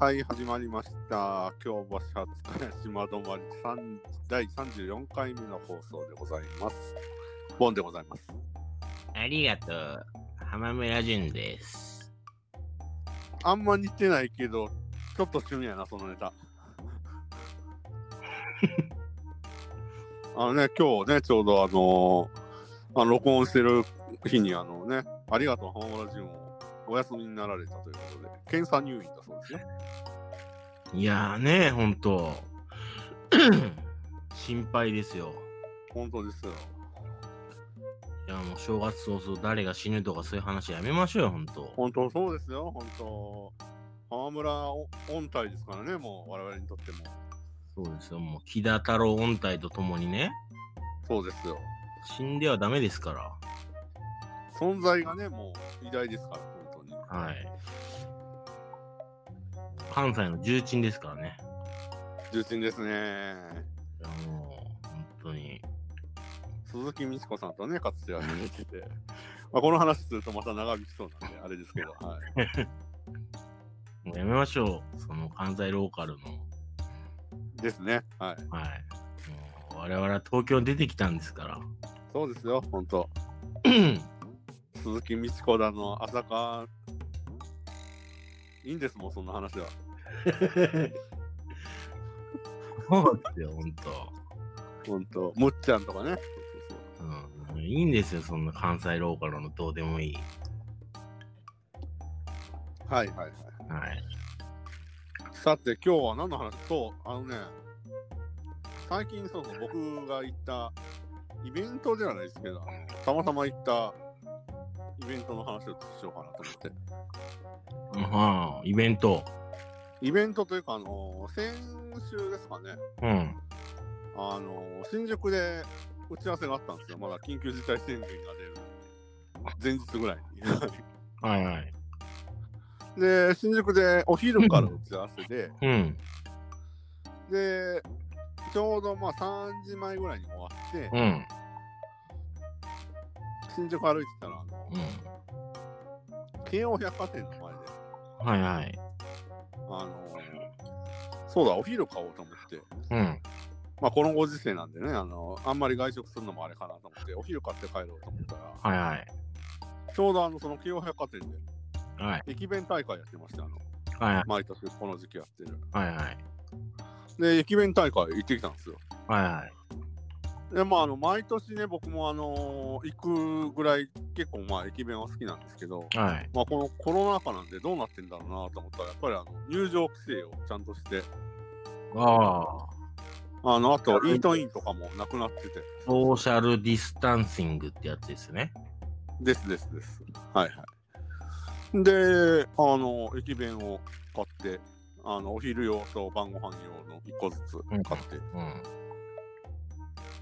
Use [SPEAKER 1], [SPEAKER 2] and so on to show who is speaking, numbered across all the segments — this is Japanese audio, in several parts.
[SPEAKER 1] はい、始まりました。今日はシャツ島止まり三第34回目の放送でございます。ボンでございます。
[SPEAKER 2] ありがとう。浜村淳です。
[SPEAKER 1] あんま似てないけど、ちょっと趣味やな、そのネタ。あのね、今日ね、ちょうどあのーあの録音してる日に、あのね、ありがとう、浜村淳をお休みになられたということで、検査入院だそうですね。
[SPEAKER 2] いやーね、ほんと。 心配ですよ。
[SPEAKER 1] 本当ですよ。
[SPEAKER 2] いや、もう正月早々誰が死ぬとかそういう話やめましょうよ、ほんと。
[SPEAKER 1] 本当そうですよ、本当。河村お音体ですからね、もう我々にとっても。
[SPEAKER 2] そうですよ、もう木田太郎音体とともにね、
[SPEAKER 1] そうですよ。
[SPEAKER 2] 死んではダメですから。
[SPEAKER 1] 存在がね、もう偉大ですから、本当に。
[SPEAKER 2] はい。関西の重鎮ですからね。
[SPEAKER 1] 重鎮ですね。
[SPEAKER 2] いやもう、本当に。
[SPEAKER 1] 鈴木美智子さんとね、かつてやられてて、まあ、この話するとまた長引きそうなんで、あれですけど、はい、
[SPEAKER 2] もうやめましょう。その関西ローカルの。
[SPEAKER 1] ですね。はい。
[SPEAKER 2] はい。もう我々は東京に出てきたんですから。
[SPEAKER 1] そうですよ、本当。鈴木美智子だの、浅香、いいんですもん、そんな話は。
[SPEAKER 2] そうですよ、ほんと。
[SPEAKER 1] 本当、むっちゃんとかね。
[SPEAKER 2] うん、いいんですよ、そんな関西ローカルのどうでもいい。
[SPEAKER 1] はいはいはい。
[SPEAKER 2] はい。
[SPEAKER 1] さて今日は何の話そうあのね最近そうそう僕が行ったイベントではないですけどたまたま行ったイベントの話をしようかなと思って
[SPEAKER 2] はあ、イベント。
[SPEAKER 1] イベントというかあの先週ですかね
[SPEAKER 2] うん。
[SPEAKER 1] あの新宿で打ち合わせがあったんですよまだ緊急事態宣言が出る前日ぐらいに
[SPEAKER 2] はいはい。
[SPEAKER 1] で新宿でお昼から打ち合わせで
[SPEAKER 2] うん。
[SPEAKER 1] でちょうどまあ3時前ぐらいに終わって
[SPEAKER 2] うん。
[SPEAKER 1] 新宿歩いてたらあの
[SPEAKER 2] うん。
[SPEAKER 1] 京王百貨店の前で、
[SPEAKER 2] はいはい。
[SPEAKER 1] あのーそうだ、お昼買おうと思って、
[SPEAKER 2] うん。
[SPEAKER 1] まあ、このご時世なんでね、あのーあんまり外食するのもあれかなと思って、お昼買って帰ろうと思ったら、
[SPEAKER 2] はいはい。
[SPEAKER 1] ちょうどあのその京王百貨店で
[SPEAKER 2] はい。
[SPEAKER 1] 駅弁大会やってました、あの
[SPEAKER 2] はいはい。
[SPEAKER 1] 毎年この時期やってる。
[SPEAKER 2] はいはい。
[SPEAKER 1] で、駅弁大会行ってきたんですよ。
[SPEAKER 2] はいはい。
[SPEAKER 1] で、まあ、あの毎年ね、僕もあのー行くぐらい、結構まあ駅弁は好きなんですけど、
[SPEAKER 2] はい。
[SPEAKER 1] まあ、このコロナ禍なんでどうなってんだろうなと思ったら、やっぱりあの入場規制をちゃんとして、
[SPEAKER 2] ああ。
[SPEAKER 1] あのあとイートインとかもなくなってて。
[SPEAKER 2] ソーシャルディスタンシングってやつですね。
[SPEAKER 1] ですですです。はいはい。で、あの、駅弁を買って、あの、お昼用と晩ご飯用の1個ずつ買って、
[SPEAKER 2] うん。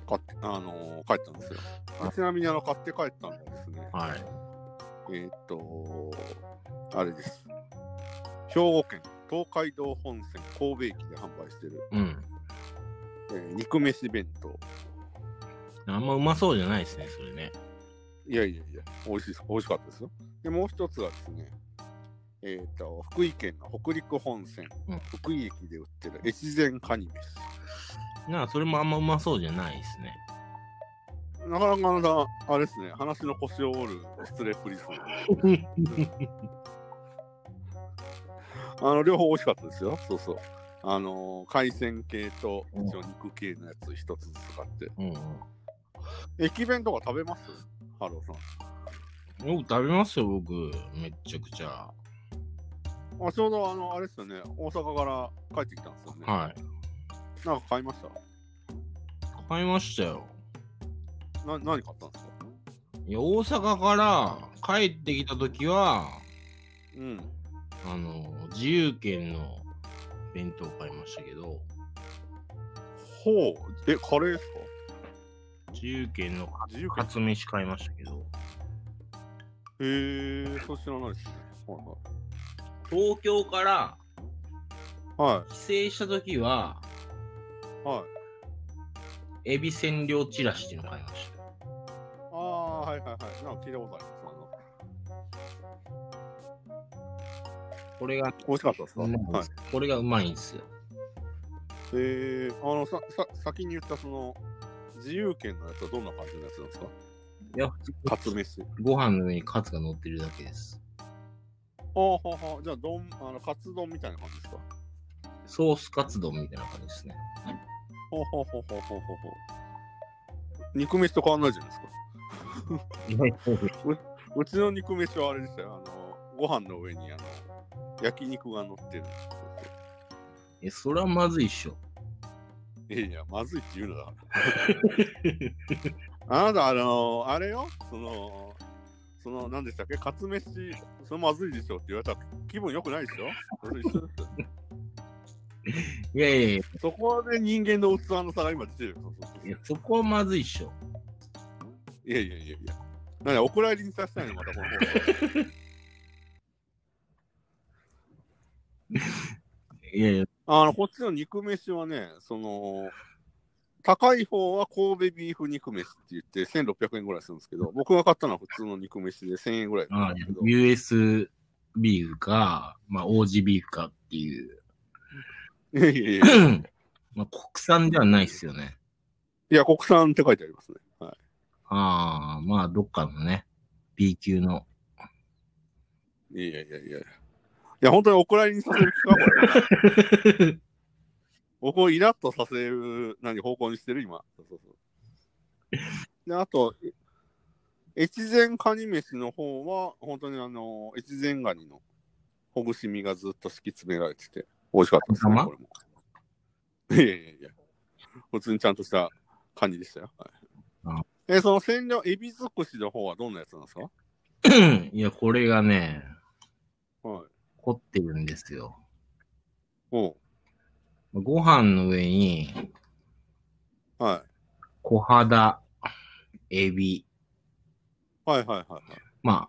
[SPEAKER 1] 買って、あの、帰ったんですよ。あちなみに、あの、買って帰ったのはですね、
[SPEAKER 2] はい。
[SPEAKER 1] えーっ、と、あれです。兵庫県東海道本線神戸駅で販売してる、
[SPEAKER 2] うん。
[SPEAKER 1] えー肉飯弁当。
[SPEAKER 2] あんまうまそうじゃないですね、それね。
[SPEAKER 1] いやいやいや、美味しい、美味しかったですよ。で、もう一つがですね、えっ、と、福井県の北陸本線、
[SPEAKER 2] うん
[SPEAKER 1] 福井駅で売ってる越前カニ飯。
[SPEAKER 2] なあ、それもあんまうまそうじゃないですね。
[SPEAKER 1] なかなかな、あれですね、話の腰を折る失礼プリス。 あの、両方美味しかったですよ。そうそう。あのー海鮮系と
[SPEAKER 2] うん
[SPEAKER 1] 一応肉系のやつ一つずつ買って。
[SPEAKER 2] うん、うん。
[SPEAKER 1] 駅弁とか食べますハローさん。
[SPEAKER 2] よく食べますよ、僕。めっちゃくちゃ。
[SPEAKER 1] あちょうどあの、あれですよね、大阪から帰ってきたんですよね。
[SPEAKER 2] はい。
[SPEAKER 1] なんか買いました
[SPEAKER 2] 買いましたよ。
[SPEAKER 1] な何買ったんですか
[SPEAKER 2] いや、大阪から帰ってきたときは、
[SPEAKER 1] うん。
[SPEAKER 2] あの、自由券の弁当買いましたけど、
[SPEAKER 1] ほう。え、カレーですか
[SPEAKER 2] 自由券の
[SPEAKER 1] 自由
[SPEAKER 2] カ
[SPEAKER 1] 券。
[SPEAKER 2] ツ飯買いましたけど、
[SPEAKER 1] へえ、そう知らないですね。はい
[SPEAKER 2] 東京から
[SPEAKER 1] はい。
[SPEAKER 2] 帰省したときは、
[SPEAKER 1] はい。はい、
[SPEAKER 2] エビ千両チラシっていうの買いましたよ。
[SPEAKER 1] ああ、はいはいはい。なんか聞いたことあります。
[SPEAKER 2] これが、
[SPEAKER 1] 美味しかったですか、
[SPEAKER 2] うまいん
[SPEAKER 1] は
[SPEAKER 2] で
[SPEAKER 1] い
[SPEAKER 2] す、これがうまいんですよ。
[SPEAKER 1] えー、あのささ先に言ったその自由券のやつはどんな感じのやつなんですか
[SPEAKER 2] いや、
[SPEAKER 1] カツ飯。
[SPEAKER 2] ご飯の上にカツが乗ってるだけです。
[SPEAKER 1] ああはあはあじゃあ丼あのカツ丼みたいな感じですか
[SPEAKER 2] ソースカツ丼みたいな感じ ですね。
[SPEAKER 1] ほうほうほうほうほうほうほう肉飯と変わんないじゃないですかうちの肉飯はあれでしたよあのご飯の上にあの焼肉が乗ってる
[SPEAKER 2] え、それはまずいっしょ。
[SPEAKER 1] いやいやまずいって言うのだ あなたあのあれよそのその何でしたっけカツ飯それまずいでしょって言われたら気分良くないでしょそれ一緒ですよ
[SPEAKER 2] いやいやいや
[SPEAKER 1] そこで人間の器の差が今出てるよそうそうそう
[SPEAKER 2] いや、そこはまずいっしょ。
[SPEAKER 1] いやいやいやいや。なんでお蔵入りにさせたいのまた この放送
[SPEAKER 2] いやいや、
[SPEAKER 1] あの、こっちの肉飯はね、その、高い方は神戸ビーフ肉飯って言って1600円ぐらいするんですけど、僕が買ったのは普通の肉飯で1000円ぐらい
[SPEAKER 2] ま
[SPEAKER 1] な
[SPEAKER 2] あ
[SPEAKER 1] んですけど、
[SPEAKER 2] US ビーフか、まあ、オージービーフかっていう。
[SPEAKER 1] いやいやいや、い
[SPEAKER 2] まあ、国産ではないっすよね。
[SPEAKER 1] や、国産って書いてありますね。はい。
[SPEAKER 2] ああ、まあ、どっかのね、B 級の。
[SPEAKER 1] いやいやいやいや。いや、本当にお蔵入りにさせる気か、これ。僕をイラッとさせる、何、方向にしてる、今。そうそうそう。で、あと、え越前カニ飯の方は、本当にあの、越前ガニのほぐし身がずっと敷き詰められてて、美味しかったですね、
[SPEAKER 2] 生
[SPEAKER 1] これも。いやいやいや。普通にちゃんとしたカニでしたよ。は
[SPEAKER 2] あ
[SPEAKER 1] い、え、その千両、エビ尽くしの方はどんなやつなんですか
[SPEAKER 2] いや、これがね、
[SPEAKER 1] はい。
[SPEAKER 2] 凝ってるんですよ。
[SPEAKER 1] おう
[SPEAKER 2] ご飯の上に、
[SPEAKER 1] はい。
[SPEAKER 2] 小肌、エビ、
[SPEAKER 1] はいはいはいはい。
[SPEAKER 2] まあ、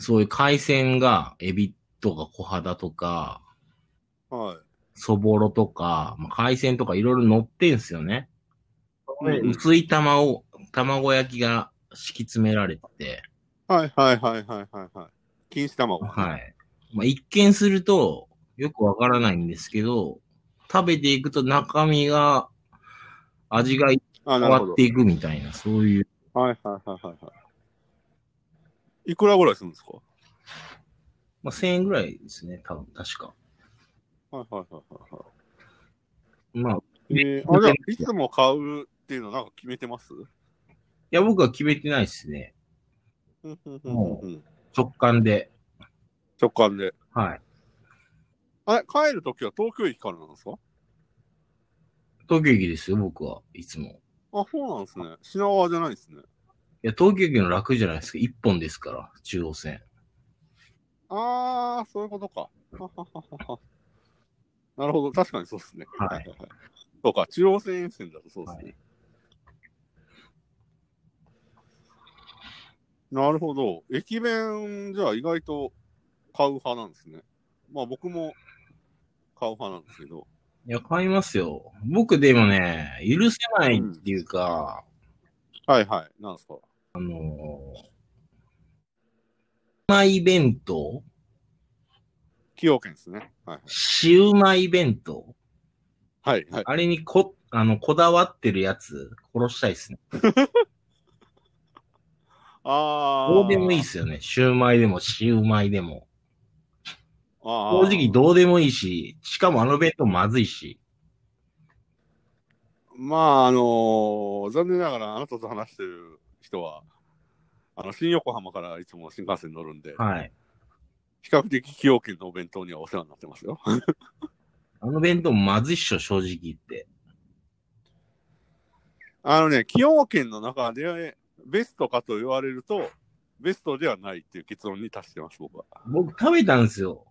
[SPEAKER 2] そういう海鮮が、エビとか小肌とか、
[SPEAKER 1] はい。
[SPEAKER 2] そぼろとか、まあ、海鮮とかいろいろ乗ってんすよね。
[SPEAKER 1] うんうん
[SPEAKER 2] 薄い玉を、卵焼きが敷き詰められてて、
[SPEAKER 1] はいはいはいはいはい。はい錦糸卵。
[SPEAKER 2] はい。まあ、一見すると、よくわからないんですけど、食べていくと中身が、味が変
[SPEAKER 1] あ、なる
[SPEAKER 2] わ
[SPEAKER 1] ほど
[SPEAKER 2] って。いくみたいな、そういう。
[SPEAKER 1] はいはいはいはいはい。いくらぐらいするんですか
[SPEAKER 2] まあ、1000円ぐらいですね、多分、確か。
[SPEAKER 1] はいはいはいはいは
[SPEAKER 2] まあ、い
[SPEAKER 1] い。えー、あ、じゃあ、いつも買うっていうのなんか決めてます
[SPEAKER 2] や、僕は決めてないですね。
[SPEAKER 1] うんうんうんうん
[SPEAKER 2] 直感で。
[SPEAKER 1] 直感で。
[SPEAKER 2] はい。
[SPEAKER 1] あれ、帰るときは東京駅からなんですか
[SPEAKER 2] 東京駅ですよ、僕は。いつも。
[SPEAKER 1] あ、そうなんですね。品川じゃないんですね。
[SPEAKER 2] いや、東京駅の楽じゃないですか。一本ですから、中央線。
[SPEAKER 1] あー、そういうことか。ははははなるほど、確かにそうですね。
[SPEAKER 2] はい
[SPEAKER 1] いい。そうか、中央線沿線だとそうですね。なるほど。駅弁、じゃあ意外と買う派なんですね。まあ僕も買う派なんですけど。
[SPEAKER 2] いや、買いますよ。僕でもね、許せないっていうか、
[SPEAKER 1] はいはい。なんですか。
[SPEAKER 2] あのー、シウマイ弁当
[SPEAKER 1] 崎陽軒ですね。はい
[SPEAKER 2] シウマイ弁当
[SPEAKER 1] はい。はい、はい。
[SPEAKER 2] あれにこ、あの、こだわってるやつ、殺したいですね。
[SPEAKER 1] あー。
[SPEAKER 2] どうでもいいっすよね。シュウマイでも、シウマイでも。
[SPEAKER 1] あー
[SPEAKER 2] 正直どうでもいいし、しかもあの弁当まずいし。
[SPEAKER 1] まあ、あのー残念ながらあなたと話してる人は、あの、新横浜からいつも新幹線に乗るんで、
[SPEAKER 2] はい。
[SPEAKER 1] 比較的崎陽軒のお弁当にはお世話になってますよ。
[SPEAKER 2] あの弁当まずいっしょ、正直言って。
[SPEAKER 1] あのね、崎陽軒の中でベストかと言われると、ベストではないっていう結論に達してます、僕は。
[SPEAKER 2] 僕食べたんですよ。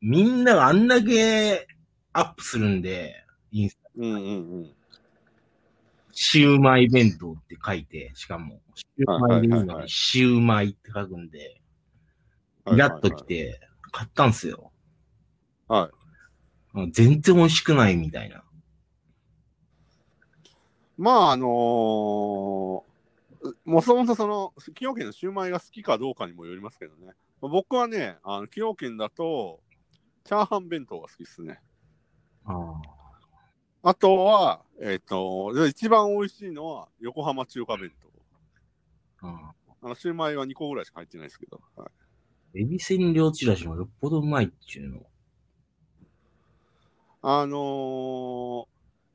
[SPEAKER 2] みんながあんだけアップするんで、インスタ
[SPEAKER 1] うんうんうん。
[SPEAKER 2] シウマイ弁当って書いて、しかも、シウマイでいい
[SPEAKER 1] はいはい
[SPEAKER 2] の
[SPEAKER 1] は
[SPEAKER 2] に、シウマイって書くんで、イラッと来て、買ったんですよ。。
[SPEAKER 1] はい
[SPEAKER 2] 全然美味しくないみたいな。
[SPEAKER 1] まあ、あのーもそもそその、崎陽軒のシューマイが好きかどうかにもよりますけどね。僕はね、あの崎陽軒だと、チャーハン弁当が好きですね。
[SPEAKER 2] ああ。
[SPEAKER 1] あとは、えっ、と、で一番美味しいのは横浜中華弁当。
[SPEAKER 2] ああ
[SPEAKER 1] あの、シューマイは2個ぐらいしか入ってないですけど。はい、
[SPEAKER 2] エビ千両チラシもよっぽどうまいっていうの。
[SPEAKER 1] あのー、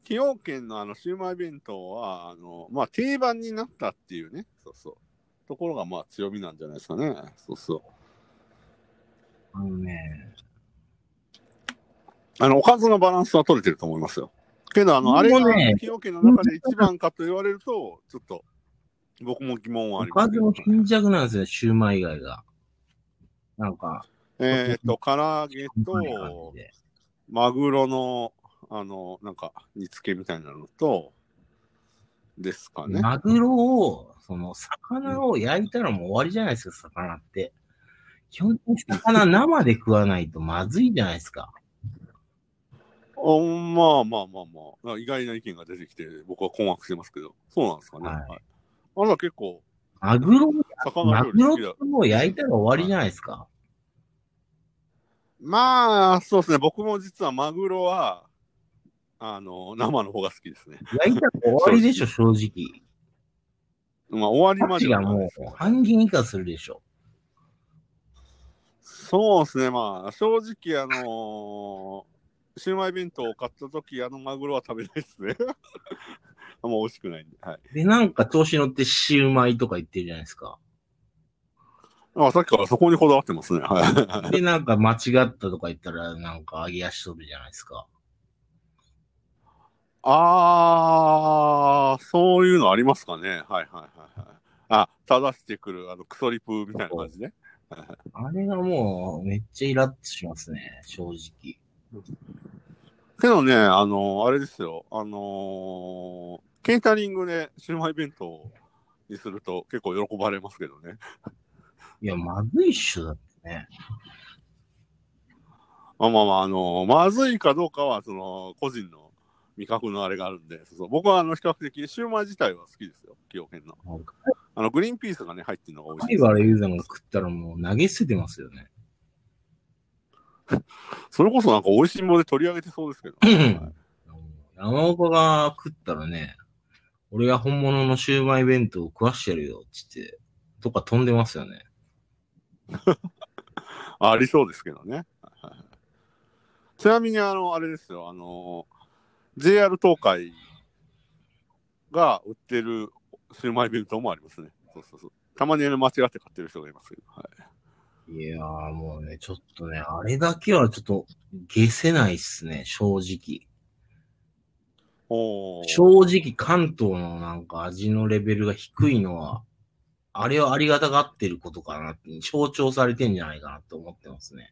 [SPEAKER 1] 崎陽軒のあの、シューマイ弁当は、あのまあ、定番になったっていうね、そうそう。ところが、まあ、強みなんじゃないですかね。そうそう。
[SPEAKER 2] あのね、
[SPEAKER 1] あの、おかずのバランスは取れてると思いますよ。けど、あの、あれ
[SPEAKER 2] も
[SPEAKER 1] が
[SPEAKER 2] うね
[SPEAKER 1] 崎陽軒の中で一番かと言われると、ちょっと、僕も疑問はあ
[SPEAKER 2] お
[SPEAKER 1] りま
[SPEAKER 2] か
[SPEAKER 1] すけ
[SPEAKER 2] ず
[SPEAKER 1] ど
[SPEAKER 2] も。貧弱なんですよ、シューマイ以外が。なんか、
[SPEAKER 1] えっと、唐揚げ
[SPEAKER 2] うまい感
[SPEAKER 1] と
[SPEAKER 2] じ、で
[SPEAKER 1] マグロの、あの、なんか、煮付けみたいなのと、ですかね。
[SPEAKER 2] マグロを、その、魚を焼いたらもう終わりじゃないですか、魚って。基本的に魚生で食わないとまずいじゃないですか。
[SPEAKER 1] おまあまあまあまあ、なんか意外な意見が出てきて、僕は困惑してますけど、そうなんですかね。
[SPEAKER 2] は
[SPEAKER 1] はいいあなた結構、
[SPEAKER 2] マグロ、
[SPEAKER 1] 魚
[SPEAKER 2] マ
[SPEAKER 1] 料
[SPEAKER 2] グ
[SPEAKER 1] 理好き
[SPEAKER 2] ロ
[SPEAKER 1] だ
[SPEAKER 2] っ。てもう焼いたら終わりじゃないですか。
[SPEAKER 1] まあ、そうですね。僕も実はマグロは、あの、生の方が好きですね。
[SPEAKER 2] 焼いたら終わりでしょ、正直。
[SPEAKER 1] まあ、終わり
[SPEAKER 2] 価
[SPEAKER 1] ま
[SPEAKER 2] 値
[SPEAKER 1] で
[SPEAKER 2] が
[SPEAKER 1] はない
[SPEAKER 2] もう
[SPEAKER 1] ですけど
[SPEAKER 2] 半減以下するでしょ。
[SPEAKER 1] そうですね。まあ、正直、あのーシューマイ弁当を買った時、あのマグロは食べないですね。 あんま美味しくないんで。はい。
[SPEAKER 2] で、なんか調子乗ってシューマイとか言ってるじゃないですか。
[SPEAKER 1] あ、さっきからそこにこだわってますね。はい。
[SPEAKER 2] で、なんか間違ったとか言ったら、なんか揚げ足取るじゃないですか。
[SPEAKER 1] あー、そういうのありますかね。はいはいはいはい。あ、正してくる、あの、クソリプみたいな感じね。
[SPEAKER 2] あれがもう、めっちゃイラッとしますね、正直。
[SPEAKER 1] けどね、あのあれですよ。あのーケータリングでシューマイ弁当にすると結構喜ばれますけどね。
[SPEAKER 2] いや、まずいっしょ、だってね。
[SPEAKER 1] まあまあまあ、あのまずいかどうかは、その、個人の味覚のあれがあるんで、そうそう僕は、あの、比較的、シューマイ自体は好きですよ、崎陽軒の。
[SPEAKER 2] なんか
[SPEAKER 1] あの、グリーンピースがね、入ってるのが美味しい
[SPEAKER 2] 貝
[SPEAKER 1] です。
[SPEAKER 2] 原雄山が食ったらもう投げ捨ててますよね。
[SPEAKER 1] それこそなんか、美味しいもので取り上げてそうですけど。はい
[SPEAKER 2] 山岡が食ったらね、俺が本物のシューマイ弁当を食わしてやるよ、つって、とか飛んでますよね。
[SPEAKER 1] ありそうですけどね。はいはいはいちなみに、あの、あれですよ、あの、JR 東海が売ってるシューマイ弁当もありますね。そうそうそう。たまにね間違って買ってる人がいますけど。はい
[SPEAKER 2] いやーもうね、ちょっとね、あれだけはちょっと、下せないっすね、正直。
[SPEAKER 1] おー
[SPEAKER 2] 正直関東のなんか味のレベルが低いのは、あれをありがたがってることかなって、象徴されてんじゃないかなと思ってますね。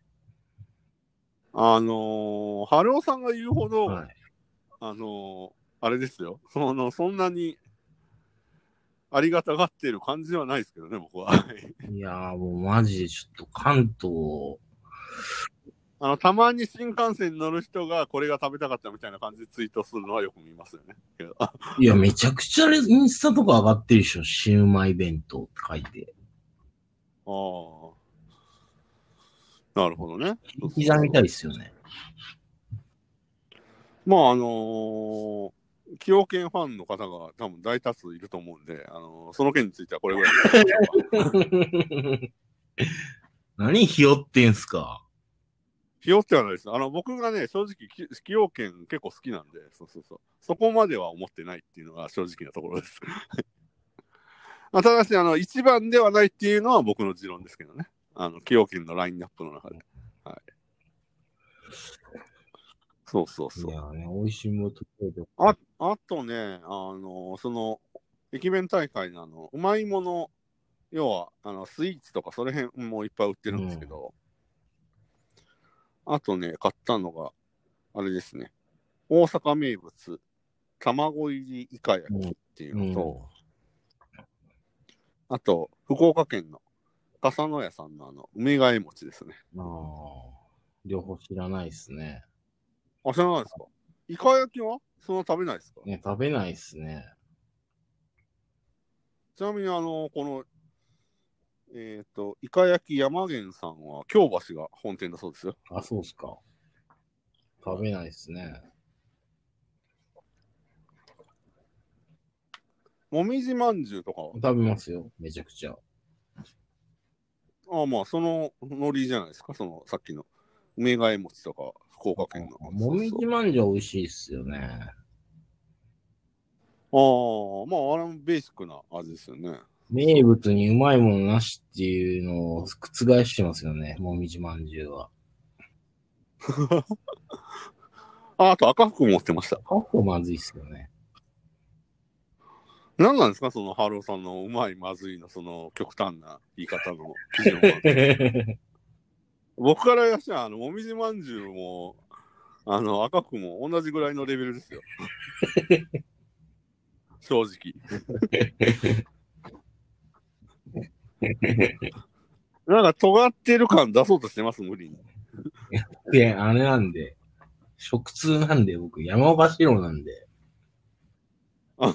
[SPEAKER 1] あのー、春尾さんが言うほど、
[SPEAKER 2] はい。
[SPEAKER 1] あのーあれですよ。 その、そんなに、ありがたがってる感じではないですけどね、僕 は。はい
[SPEAKER 2] いやーもうマジでちょっと関東、
[SPEAKER 1] あの、たまに新幹線に乗る人が、これが食べたかったみたいな感じでツイートするのはよく見ますよね。けどあ
[SPEAKER 2] いや、めちゃくちゃあれ、インスタとか上がってるでしょ。シウマイ弁当って書いて。
[SPEAKER 1] あー。なるほどね。
[SPEAKER 2] 刻みたいですよね。
[SPEAKER 1] まあ、あのー、崎陽軒ファンの方が多分大多数いると思うんで、あのーその件についてはこれぐらいで。
[SPEAKER 2] 何ひよってんすか
[SPEAKER 1] ひよってはないです。あの、僕がね、正直、き崎陽軒結構好きなんで、そうそうそう。そこまでは思ってないっていうのが正直なところです。 あただし、あの、一番ではないっていうのは僕の持論ですけどね。あの、崎陽軒のラインナップの中で。はい。そうそう
[SPEAKER 2] い
[SPEAKER 1] そう。
[SPEAKER 2] やーね、美味しいものとれて
[SPEAKER 1] ああとね、あの、その、駅弁大会のあの、うまいもの、要は、あの、スイーツとか、それへんもいっぱい売ってるんですけど、あとね、買ったのが、あれですね、大阪名物、卵入りイカ焼きっていうのと、あと、福岡県の笠野屋さんのあの、梅替え餅ですね。
[SPEAKER 2] あー両方知らないっすね。
[SPEAKER 1] あ、知らないですかイカ焼きはそんな食べないですか
[SPEAKER 2] ね、食べないっすね。
[SPEAKER 1] ちなみに、あの、この、えっ、と、イカ焼き山源さんは、京橋が本店だそうですよ。
[SPEAKER 2] あ、そうっすか。食べないですね。
[SPEAKER 1] もみじまんじゅうとかは
[SPEAKER 2] 食べますよ、めちゃくちゃ。
[SPEAKER 1] ああまあ、そのノリじゃないですか、そのさっきの梅ヶ枝餅とか、福岡県の。
[SPEAKER 2] もみじまんじゅうは美味しいっすよね。
[SPEAKER 1] そうそうああ、まあ、あれもベーシックな味ですよね。
[SPEAKER 2] 名物にうまいものなしっていうのを覆してますよね、もみじまんじゅうは。
[SPEAKER 1] あ、あと赤服持ってました。
[SPEAKER 2] ほぼまずいっすよ ね。
[SPEAKER 1] 何なんですか、そのハローさんのうまい、まずいの、その極端な言い方の基準は。 僕から言わせたら、あの、もみじまんじゅうも、あの、赤くも同じぐらいのレベルですよ。正直。なんか、尖ってる感出そうとしてます、無理に。
[SPEAKER 2] で、あれなんで、食通なんで僕、山岡四郎なんで、
[SPEAKER 1] ああ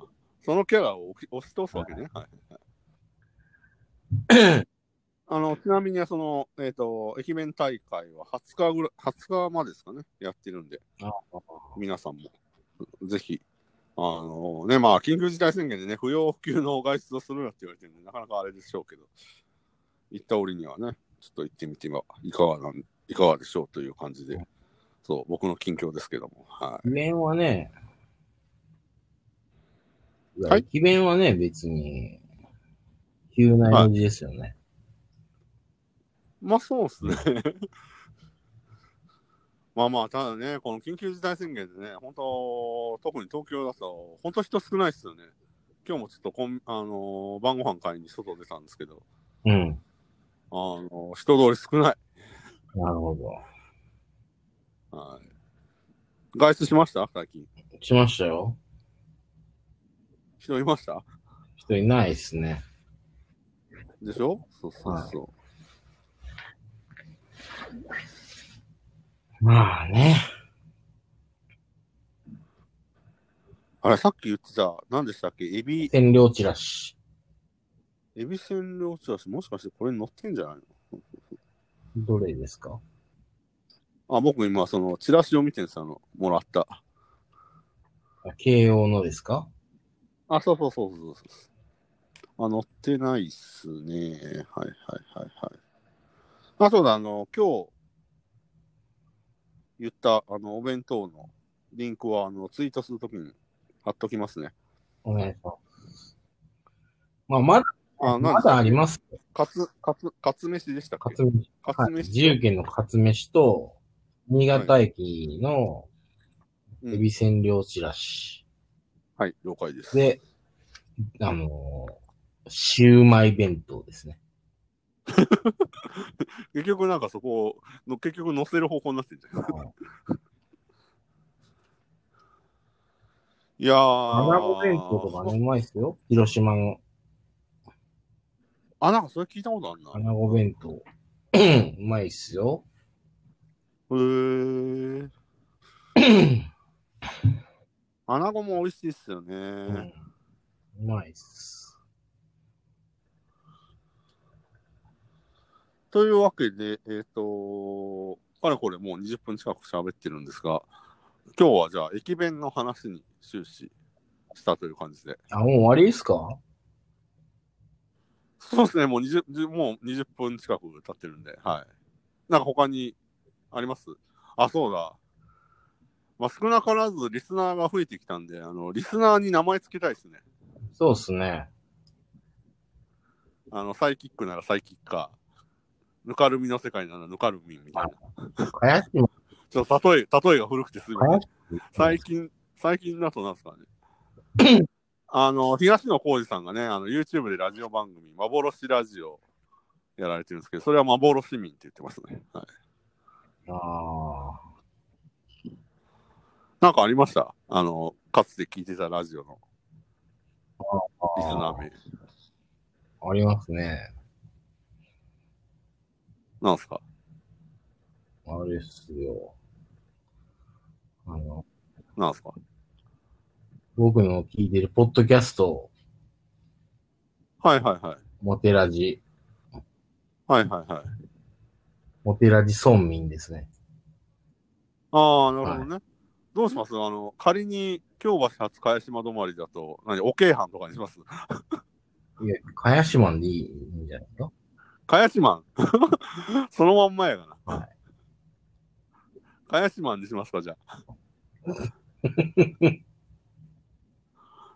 [SPEAKER 1] そのキャラを押し押し通すわけね。はい。あの、ちなみに、その、えっ、と、駅弁大会は20日ぐらい、20日までですかね、やってるんで
[SPEAKER 2] ああ、
[SPEAKER 1] 皆さんも、ぜひ、あのね、まあ、緊急事態宣言でね、不要不急の外出をするなって言われてるんで、なかなかあれでしょうけど、行った折にはね、ちょっと行ってみてはいかがなん、いかがでしょうという感じで、そう、僕の近況ですけども、はい。
[SPEAKER 2] 麺はね、
[SPEAKER 1] はい
[SPEAKER 2] 駅弁はね、別に、急な用事ですよね。
[SPEAKER 1] まあそうですね。まあまあ、ただね、この緊急事態宣言でね、本当、特に東京だと、本当人少ないですよね。今日もちょっとこん、あのー晩ご飯買いに外出たんですけど、
[SPEAKER 2] うん。
[SPEAKER 1] あのー人通り少ない。
[SPEAKER 2] なるほど。
[SPEAKER 1] はい、外出しました最近。
[SPEAKER 2] しましたよ。
[SPEAKER 1] 人いました
[SPEAKER 2] 人いないですね。
[SPEAKER 1] でしょそうそうそう。
[SPEAKER 2] まあね。
[SPEAKER 1] あれ、さっき言ってた、何でしたっけエビ、
[SPEAKER 2] 占領チラシ。
[SPEAKER 1] エビ千両チラシ、もしかしてこれに乗ってんじゃない
[SPEAKER 2] どれですか
[SPEAKER 1] のあ、僕今、その、チラシを見てんですよ、あの、もらった。
[SPEAKER 2] 慶応のですか
[SPEAKER 1] あ、そうそうそうそうそうそう。あ、乗ってないっすね。はいはいはいはい。あ、そうだ、あの、今日言った、あの、お弁当のリンクは、あの、ツイートするときに貼っときますね。
[SPEAKER 2] お願いします。まあ、まだ、
[SPEAKER 1] あ、なん
[SPEAKER 2] ま
[SPEAKER 1] だ、
[SPEAKER 2] だあります。
[SPEAKER 1] かつ、かつ、かつ飯でしたっ
[SPEAKER 2] か
[SPEAKER 1] け
[SPEAKER 2] つめ
[SPEAKER 1] か
[SPEAKER 2] は
[SPEAKER 1] つ
[SPEAKER 2] い、
[SPEAKER 1] 飯。
[SPEAKER 2] 自由軒のかつめしと、新潟駅の
[SPEAKER 1] う
[SPEAKER 2] エ
[SPEAKER 1] ん
[SPEAKER 2] ビ占領チラシ。
[SPEAKER 1] はい、了解です。
[SPEAKER 2] で、あのーシウマイ弁当ですね。
[SPEAKER 1] 結局なんかそこをの、結局載せる方向になってんじゃん。いやー。
[SPEAKER 2] 穴子弁当とかね、うまいですよ。広島の
[SPEAKER 1] あ、なんかそれ聞いたことあるな。
[SPEAKER 2] 穴子弁 当。うまいっすよ。
[SPEAKER 1] へー。穴子も美味しいっすよね。
[SPEAKER 2] うんうまいっす。
[SPEAKER 1] というわけで、えっ、と、かれこれもう20分近く喋ってるんですが、今日はじゃあ駅弁の話に終始したという感じで。
[SPEAKER 2] あ、もう終わりですか
[SPEAKER 1] そうですね、もう 20, じゅもう20分近く経ってるんで、はい。なんか他にありますあ、そうだ。まあ、少なからずリスナーが増えてきたんで、あの、リスナーに名前つけたいですね。
[SPEAKER 2] そうっすね。
[SPEAKER 1] あの、サイキックならサイキッカー。ぬかるみの世界ならぬかるみみたいな。
[SPEAKER 2] 林も、
[SPEAKER 1] ちょっと例え、例えが古くてすみません
[SPEAKER 2] 林
[SPEAKER 1] 最近、最近だとなんですかね。あの、東野幸治さんがね、あの、YouTube でラジオ番組、幻ラジオやられてるんですけど、それは幻民って言ってますね。はい、
[SPEAKER 2] あ
[SPEAKER 1] なんかありましたあの、かつて聞いてたラジオのリスナ
[SPEAKER 2] あ
[SPEAKER 1] ー。名。
[SPEAKER 2] ありますね。
[SPEAKER 1] なんですか
[SPEAKER 2] あれっすよ。あの、
[SPEAKER 1] なんですか
[SPEAKER 2] 僕の聞いてるポッドキャスト、
[SPEAKER 1] はいはいはい。
[SPEAKER 2] モテラジ、
[SPEAKER 1] はいはいはい。
[SPEAKER 2] モテラジ村民ですね。
[SPEAKER 1] ああ、なるほどね。どうしますあの、仮に京橋初茅島止まりだと、何、お京阪とかにします
[SPEAKER 2] いや、かやしまんでいいんじゃないの
[SPEAKER 1] 茅島 そのまんまやが
[SPEAKER 2] は
[SPEAKER 1] な。茅島にしますか、じゃあ。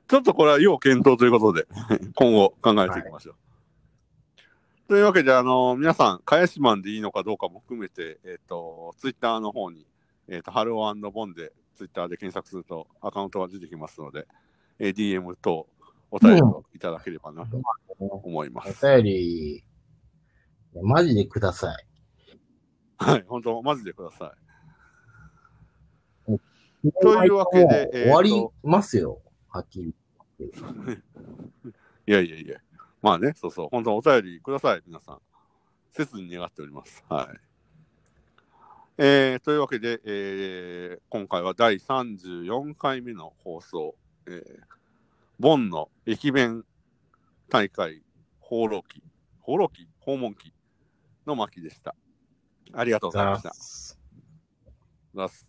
[SPEAKER 1] ちょっとこれは要検討ということで、今後考えていきましょう。というわけで、あの、皆さん、茅島でいいのかどうかも含めて、えっ、と、ツイッターの方に、えっ、と、ハローボンで、ツイッターで検索するとアカウントが出てきますので、えー DM 等お便りをいただければなと思います。
[SPEAKER 2] お便り、いやマジでください。
[SPEAKER 1] はい、本当、マジでくださ
[SPEAKER 2] と
[SPEAKER 1] いうわけで
[SPEAKER 2] 終わ
[SPEAKER 1] えー
[SPEAKER 2] り
[SPEAKER 1] と
[SPEAKER 2] ますよ、はっきり。
[SPEAKER 1] い。いやいやいや、まあね、そうそう、本当、お便りください、皆さん。切に願っております。はい。えー、というわけで、えー今回は第34回目の放送、えー、ボンの駅弁大会放浪記、放浪記、訪問記の巻でした。ありがとうございました。
[SPEAKER 2] す。
[SPEAKER 1] ざっす